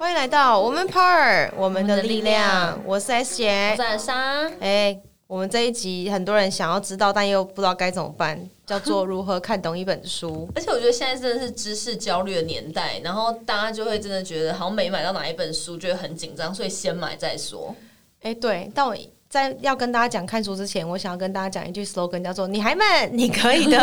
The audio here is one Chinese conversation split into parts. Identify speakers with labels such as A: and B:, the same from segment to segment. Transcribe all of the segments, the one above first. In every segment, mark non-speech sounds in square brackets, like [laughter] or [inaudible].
A: 欢迎来到我们 Power 我们的力
B: 我们的力
A: 量
B: 量，
A: 我是 S 姐。
B: 在沙
A: 哎、我们这一集很多人想要知道，但又不知道该怎么办，叫做如何看懂一本书。
B: 而且我觉得现在真的是知识焦虑的年代，然后大家就会真的觉得好像没买到哪一本书就会很紧张，所以先买
A: [laughs]
B: 再说。
A: [laughs] 哎、对，但我在要跟大家讲看书之前，我想要跟大家讲一句 slogan，叫做“你还慢，你可以的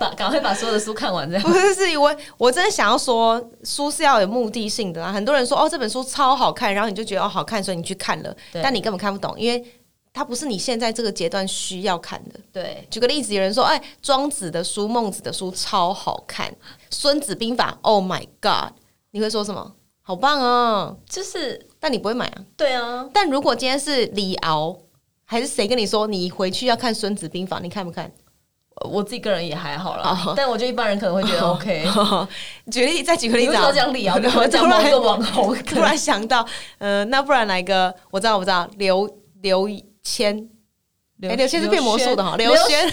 B: 把赶快把所有的书看完，这”。样
A: [laughs] 不是，是我我真的想要说，书是要有目的性的啊。很多人说哦，这本书超好看，然后你就觉得哦好看，所以你去看了，
B: 对
A: 但你根本看不懂，因为它不是你现在这个阶段需要看的。
B: 对，
A: 举个例子，有人说，哎，庄子的书、孟子的书超好看，《孙子兵法》，Oh my God！你会说什么？好棒哦！
B: 就是
A: 但你不会买啊。
B: 对啊，
A: 但如果今天是李敖，还是谁跟你说你回去要看《孙子兵法》，你看不
B: [laughs]
A: 看？
B: 我自己个人也还好啦，
A: 哦哎
B: 但我觉得一般人可能会觉得 OK。
A: 举例，再举个例
B: 你不
A: 子
B: 是
A: 啊
B: 要，讲李
A: [laughs]
B: 敖，你
A: 我
B: 要讲
A: 突
B: 某
A: 然
B: 一个网红，
A: 突然想到，呃，那不然来个，我知道，我知道，刘刘谦，哎，刘谦是变魔术的哈，刘轩，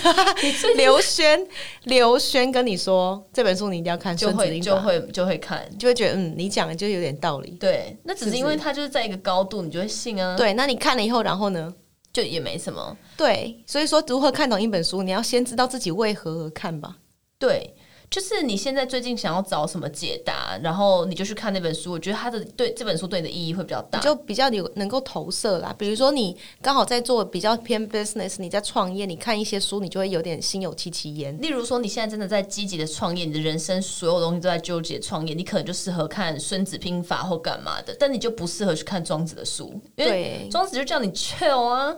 A: 刘轩，刘轩跟你说这本书你一定要看，《
B: [laughs] 就
A: 孙子
B: 会
A: 兵
B: 就
A: 法》。
B: 会就会看。
A: 就会觉得嗯，你讲的就有点道理。
B: 对，那只
A: 是
B: 是因为他就是在一个高度，你就会信啊，
A: 对，那你看了以后，然后呢？
B: 就也没什么。
A: 对，所以说如何看懂一本书，你要先知道自己为何而看吧。
B: 对，就是你现在最近想要找什么解答，然后你就去看那本书。我觉得它的对这本书对你的意义会比较
A: 你
B: 大。
A: 就比较有能够投射啦。比如说你刚好在做比较偏 business，你在创业，你看一些书，你就会有点心有戚戚焉。
B: 例如说，你现在真的在积极的创业，你的人生所有东西都在纠结创业，你可能就适合看《孙子兵法》或干嘛的，但你就不适合去看庄子的书，因为
A: 对，
B: 庄子就叫你 chill 啊。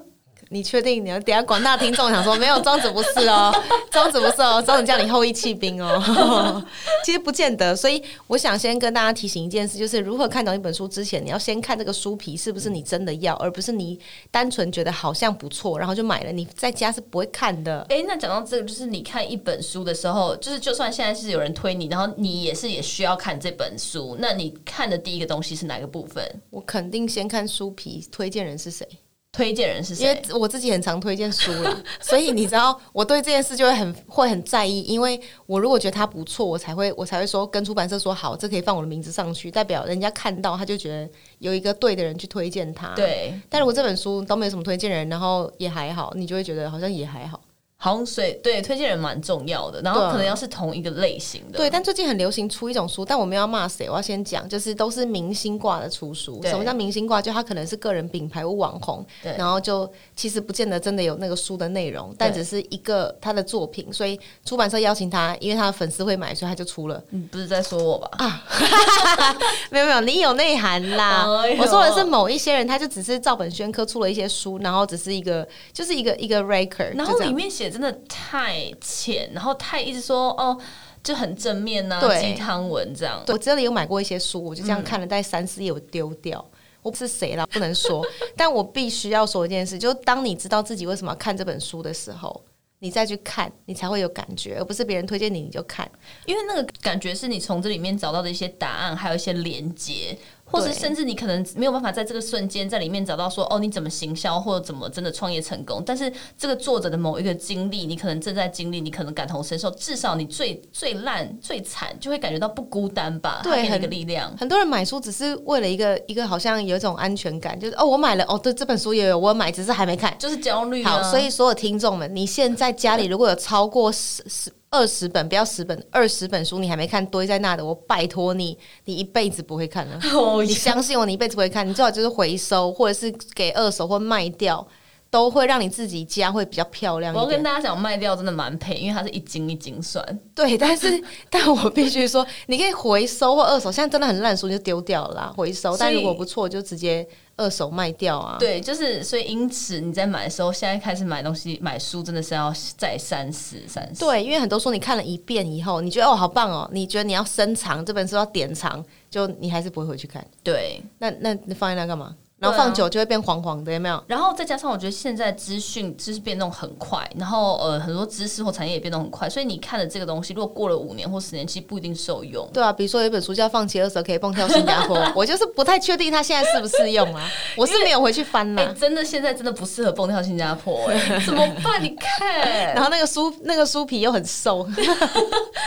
A: 你确定你要等一下广大听众想说没有庄子不是 [laughs] 哦，庄子不是哦，庄子叫你后羿弃兵哦， [laughs] 其实不见得。所以我想先跟大家提醒一件事，就是如何看懂一本书之前，你要先看这个书皮是不是你真的要，而不是你单纯觉得好像不错，然后就买了。你在家是不会看的。
B: 诶，那讲到这个，就是你看一本书的时候，就是就算现在是有人推你，然后你也是也需要看这本书，那你看的第一个东西是哪个部分？
A: 我肯定先看书皮，推荐人是谁，
B: 推荐人是
A: 因
B: 谁
A: 为？我自己很常推荐书了，所以你知道我对这件事就会很会很在意，因为我如果觉得它不错，我才会我才会说跟出版社说好，这可以放我的名字上去，代表人家看到他就觉得有一个对的人去推荐他。。
B: 对，
A: 但如果这本书都没有什么推荐人，然后也还好，你就会觉得好像也还好。
B: 好像所以对推荐人蛮重要的，然后
A: 对啊
B: 可能要是同一个类型的，
A: 对，但最近很流行出一种书，但我没有要骂谁，我要先讲，就是都是明星挂的出书。
B: 对
A: 什么叫明星挂？就他可能是个人品牌或网红，
B: 对
A: 然后就其实不见得真的有那个书的内容，但只是一个他的作品，所以出版社邀请他，因为他的粉丝会买，所以他就出了。
B: 你不是在说我吧？
A: 啊没有没有，你有内涵 [laughs] 啦！
B: 哎呦
A: 我说的是某一些人，他就只是照本宣科出了一些书，然后只是一个就是一个一个 raker，
B: 然
A: 就
B: 后
A: 这样
B: 里面写真的太浅，然后太一直说哦，就很正面呐、
A: 对
B: 鸡汤文这样。
A: 我真的有买过一些书，我就这样看了大概三四页，我丢掉。我不是谁啦，不能说，但我必须要说一件事，就是当你知道自己为什么要看这本书的时候，你再去看，你才会有感觉，而不是别人推荐你你就看。
B: 因为那个感觉是你从这里面找到的一些答案，还有一些连接，或是
A: 对
B: 甚至你可能没有办法在这个瞬间在里面找到说哦，你怎么行销或者怎么真的创业成功。但是这个作者的某一个经历，你可能正在经历，你可能感同身受，至少你最最烂、最惨，就会感觉到不孤单吧？
A: 对
B: 它给你一个
A: 很
B: 力量。
A: 很多人买书只是为了一个一个好像有一种安全感，就是哦，我买了，哦，对，这本书也有，我有买，只是还没看。
B: 就是焦虑、啊，
A: 好，所以所有听众们，你现在家里如果有超过十十二十本，不要十本，二十本书你还没看堆在那的，我拜托你，你一辈子不会看了。
B: [laughs] 哦
A: 你相信我，你一辈子不会看，你最好就是回收，或者是给二手或卖掉，都会让你自己家会比较漂亮
B: 我要
A: 一
B: 跟
A: 点。
B: 大家讲，卖掉真的蛮赔，因为它是一斤一斤算。
A: 对，但是 [laughs] 但我必须说，你可以回收或二手，现在真的很烂书你就丢掉了啦，回收。
B: 所以
A: 但如果不错，就直接二手卖掉啊。
B: 对，就是所以因此你在买的时候，现在开始买东西买书，真的是要再三思三思。
A: 对，因为很多书你看了一遍以后，你觉得哦好棒哦，你觉得你要深藏这本书要典藏，就你还是不会回去看。
B: 对，
A: 那那你放在那干嘛？然后
B: 对啊
A: 放久就会变黄黄的，有没有？
B: 然后再加上，我觉得现在资讯知识变动很快，然后呃，很多知识或产业也变动很快，所以你看的这个东西，如果过了五年或十年，其实不一定受用。
A: 对啊，比如说有一本书叫《放弃二十可以蹦跳新加
B: [laughs]
A: 坡》，我就是不太确定它现在适不适用啊，我是没有回去翻
B: 哎、
A: 啦。
B: 真的现在真的不适合蹦跳新加坡、
A: [laughs]
B: 哎，怎么办？你看
A: 然后那个书那个书皮又很
B: [laughs]
A: 瘦，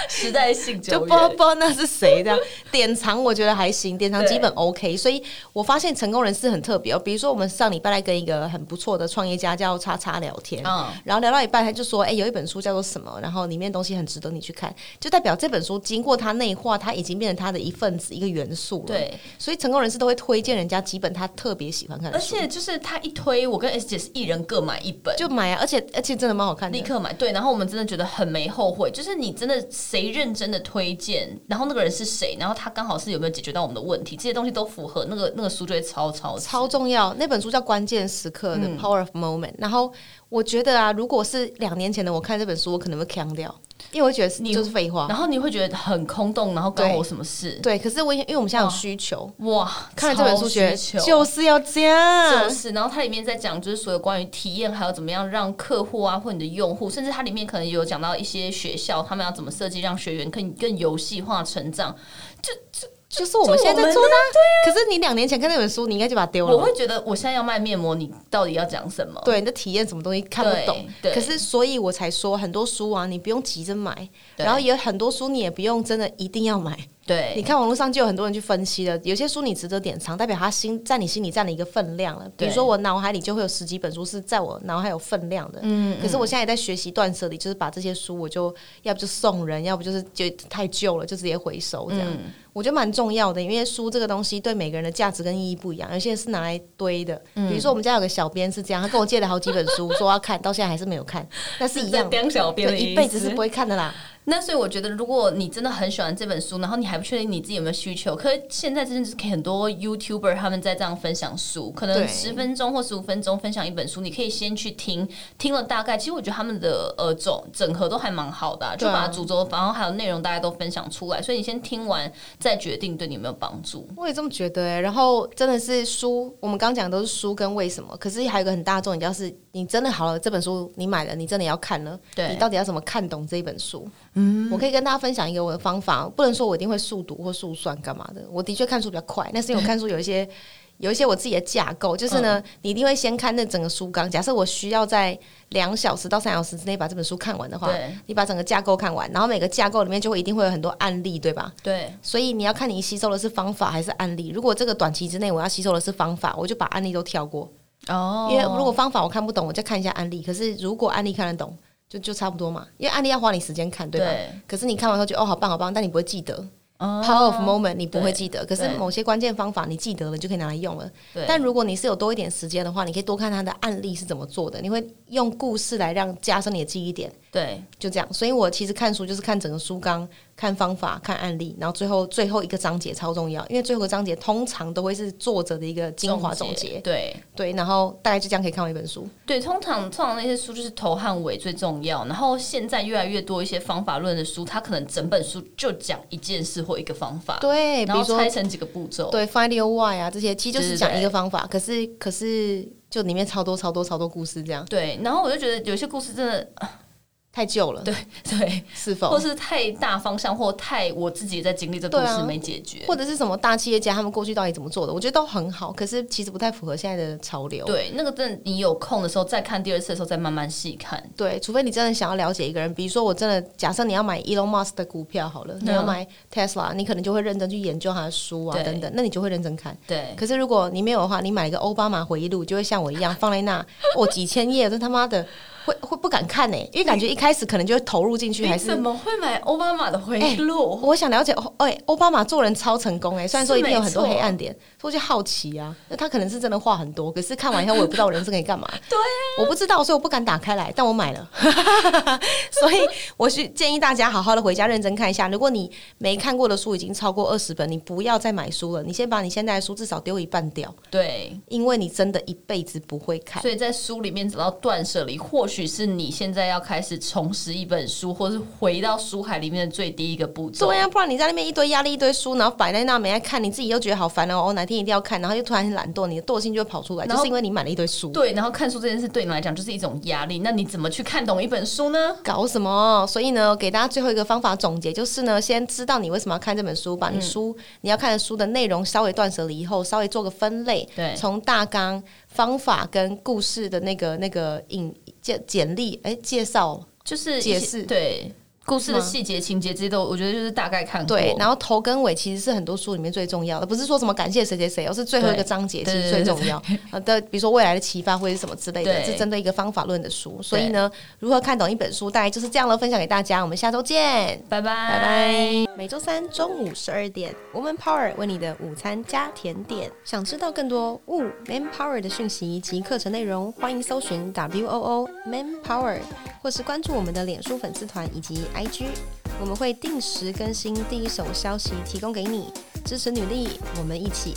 B: 时代性久
A: 就不知道不知
B: 远
A: 道那是谁这样。典藏我觉得还行，典藏基本 OK，所以我发现成功人士很特别哦。比如说我们上礼拜来跟一个很不错的创业家叫叉叉聊天，
B: 嗯
A: 然后聊到一半他就说：“哎、有一本书叫做什么？然后里面东西很值得你去看，就代表这本书经过他内化，它已经变成他的一份子、一个元素了。”
B: 对，
A: 所以成功人士都会推荐人家几本他特别喜欢看的
B: 而
A: 书，
B: 且就是他一推，我跟 S 姐是一人各买一本，
A: 就买啊，而且而且真的蛮好看的
B: 立。刻买。对，然后我们真的觉得很没后悔，就是你真的谁认真的推荐，然后那个人是谁，然后他刚好是有没有解决到我们的问题，这些东西都符合那个那个书就会超超值
A: 超重要，那本书叫《关键时刻》
B: 嗯
A: 的 Power of Moment、然后我觉得啊，如果是两年前的我看这本书，我可能会腔掉，因为我会觉得是就是废话。
B: 然后你会觉得很空洞，然后关
A: 对
B: 我什么事？
A: 对，可是我因因为我们现在有需求，
B: 哇，
A: 看了这本书
B: 嗯超
A: 觉
B: 需
A: 得
B: 求
A: 就是啊要这样
B: 就。是，然后它里面在讲就是所有关于体验，还有怎么样让客户啊或你的用户，甚至它里面可能有讲到一些学校他们要怎么设计让学员更更游戏化成长。
A: 就是我们现在在做的啊、可是你两年前看那本书，你应该就把它丢
B: 我
A: 了。
B: 会觉得我现在要卖面膜，你到底要讲什么？
A: 对，你的体验什么东西看不懂。
B: 对对
A: 可是，所以我才说，很多书啊，你不用急着买，
B: 对
A: 然后也有很多书你也不用真的一定要买。你
B: 对
A: 看网络上就有很多人去分析了，有些书你值得典藏，代表它心在你心里占了一个分量了。比如
B: 对
A: 说我脑海里就会有十几本书是在我脑海有分量的，嗯，可是我现在也在学习断舍离，就是把这些书我就要不就送人，要不就是就太旧了就直接回收这样。我觉得蛮重要的，因为书这个东西对每个人的价值跟意义不一样，有些人是拿来堆的。比如说我们家有个小编是这样，他跟我借了好几本书，说要看，到现在还是没有看，那是一样
B: [laughs]
A: 的，
B: 当小编的
A: 对一
B: 意
A: 辈子
B: 思
A: 是不会看的啦。
B: 那所以我觉得，如果你真的很喜欢这本书，然后你还不确定你自己有没有需求，可是现在真的是可以很多 YouTuber 他们在这样分享书，可
A: 对
B: 能十分钟或十五分钟分享一本书，你可以先去听，听了大概，其实我觉得他们的呃总整合都还蛮好的啊、就
A: 对啊
B: 把主轴，然后还有内容大家都分享出来，所以你先听完再决定对你有没有帮助。
A: 我也这么觉得哎、然后真的是书，我们刚讲的都是书跟为什么，可是还有一个很大的重点，就是你真的好了，这本书你买了，你真的要看了，
B: 对
A: 你到底要怎么看懂这一本书？嗯，我可以跟大家分享一个我的方法，不能说我一定会速读或速算干嘛的，我的确看书比较快，那是
B: [laughs]
A: 因为我看书有一些有一些我自己的架构，就是呢，
B: 嗯
A: 你一定会先看那整个书纲。假设我需要在两小时到三小时之内把这本书看完的话
B: 对，
A: 你把整个架构看完，然后每个架构里面就会一定会有很多案例，对吧？
B: 对，
A: 所以你要看你吸收的是方法还是案例。如果这个短期之内我要吸收的是方法，我就把案例都跳过，
B: 哦
A: 因为如果方法我看不懂，我再看一下案例。可是如果案例看得懂，就就差不多嘛，因为案例要花你时间看，对吧？
B: 对
A: 可是你看完后就哦，好棒好棒，但你不会记得。
B: 哦
A: Power of moment 你不会记得，可是
B: 对
A: 某些关键方法你记得了，你就可以拿来用了
B: 对。
A: 但如果你是有多一点时间的话，你可以多看他的案例是怎么做的，你会用故事来让加深你的记忆点。
B: 对，
A: 就这样。所以我其实看书就是看整个书纲、看方法、看案例，然后最后最后一个章节超重要，因为最后一个章节通常都会是作者的一个精华总结。
B: 对。
A: 对，然后大概就这样可以看完一本书。
B: 对，通常通常那些书就是头和尾最重要，然后现在越来越多一些方法论的书，它可能整本书就讲一件事或一个方法，
A: 对，比
B: 啊然后
A: 如说
B: 拆成几个步骤。
A: 对 Find Your Why 啊这些，其实就是
B: 对对
A: 讲一个
B: 对
A: 方法。可是可是就里面超多超多超多故事，这样
B: 对然后我就觉得有些故事真的 [laughs]
A: 太旧了，
B: 对对，
A: 是
B: 或
A: 否？
B: 是太大方向，或太我自己也在经历这故
A: 对啊
B: 事没解决。
A: 或者是什么大企业家他们过去到底怎么做的？我觉得都很好，可是其实不太符合现在的潮流。
B: 对，那个真的，你有空的时候再看第二次的时候再慢慢细看。
A: 对，除非你真的想要了解一个人，比如说我真的假设你要买 Elon Musk 的股票好了，你要买 Tesla，你可能就会认真去研究他的书啊
B: 嗯对
A: 等等，那你就会认真看。
B: 对，
A: 可是如果你没有的话，你买一个奥巴马回忆录，就会像我一样放在那， [laughs] 我、几千页，这他妈的会会不敢看呢、欸因为感觉一开始可能就会投入进去，还是
B: 么会买奥巴马的回
A: 哎
B: 录？
A: 我想了解，哦哎、奥巴马做人超成功哎、虽然说一定有很多
B: 是没
A: 黑
B: 错
A: 暗点，所以我就好奇啊，那他可能是真的话很多，可是看完以后我也不知道我人生可以干嘛，
B: 对啊
A: 我不知道，所以我不敢打开来，但我买了， [laughs] 所以我是建议大家好好的回家认真看一下。如果你没看过的书已经超过二十本，你不要再买书了，你先把你现在的书至少丢一半掉，
B: 对，
A: 因为你真的一辈子不会看。
B: 所以在书里面找到断舍离，或许是你现在要开始重拾一本书，或是回到书海里面的最低一个步骤。
A: 对啊呀、不然你在那边一堆压力、一堆书，然后摆在那没爱看，你自己又觉得好烦哦。我、哪天一定要看，然后又突然懒惰，你的惰性就会跑出来，
B: 然
A: 就
B: 后
A: 是因为你买了一堆书。
B: 对，然后看书这件事对你来讲就是一种压力，那你怎么去看懂一本书呢？
A: 搞什么？所以呢，给大家最后一个方法总结就是呢，先知道你为什么要看这本书，把
B: 嗯
A: 你书、你要看的书的内容稍微断舍离以后，稍微做个分类，
B: 对
A: 从大纲、方法跟故事的那个那个引简简历，哎、介绍
B: 就是一
A: 解
B: 些
A: 释
B: 对故事的
A: 吗
B: 细节、情节这些都，我觉得就是大概看过。
A: 对，然后头跟尾其实是很多书里面最重要的，不是说什么感谢谁谁谁，而哦是最后一个章节其
B: 对
A: 实
B: 对
A: 最
B: 对
A: 重要呃的，比如说未来的启发或者是什么之类的，
B: 对
A: 是针对一个方法论的书。所以呢，如何看懂一本书，大概就是这样了，分享给大家，我们下周见。
B: 拜拜
A: 拜拜！每周三中午十二点，Woman Power 为你的午餐加甜点。想知道更多 Wo Man Power 的讯息及课程内容，欢迎搜寻 W O O Man Power，或是关注我们的脸书粉丝团以及 IG。我们会定时更新第一手消息，提供给你支持女力，我们一起